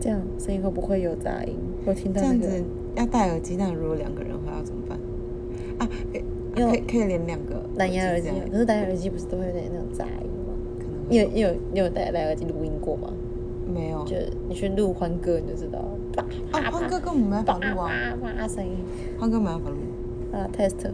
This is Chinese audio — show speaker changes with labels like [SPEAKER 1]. [SPEAKER 1] 这样声音会不会有杂音？我听到
[SPEAKER 2] 这
[SPEAKER 1] 那
[SPEAKER 2] 样
[SPEAKER 1] 个
[SPEAKER 2] 子要戴耳机，那如果两个人的话要怎么办？啊，可以
[SPEAKER 1] 因
[SPEAKER 2] 啊
[SPEAKER 1] 为
[SPEAKER 2] 可以可以连两个
[SPEAKER 1] 蓝牙耳机啊
[SPEAKER 2] 这样，
[SPEAKER 1] 可是蓝牙耳机不是都会有点那种杂音吗？
[SPEAKER 2] 可能
[SPEAKER 1] 你有
[SPEAKER 2] 会
[SPEAKER 1] 你有你有戴蓝牙耳机录音过吗？
[SPEAKER 2] 没有
[SPEAKER 1] 就你去录欢歌你就知道了，啪
[SPEAKER 2] 啊，欢哥根本没办
[SPEAKER 1] 啪
[SPEAKER 2] 法录啊，
[SPEAKER 1] 啪啪声音
[SPEAKER 2] 欢哥没办法录。
[SPEAKER 1] 啊 test。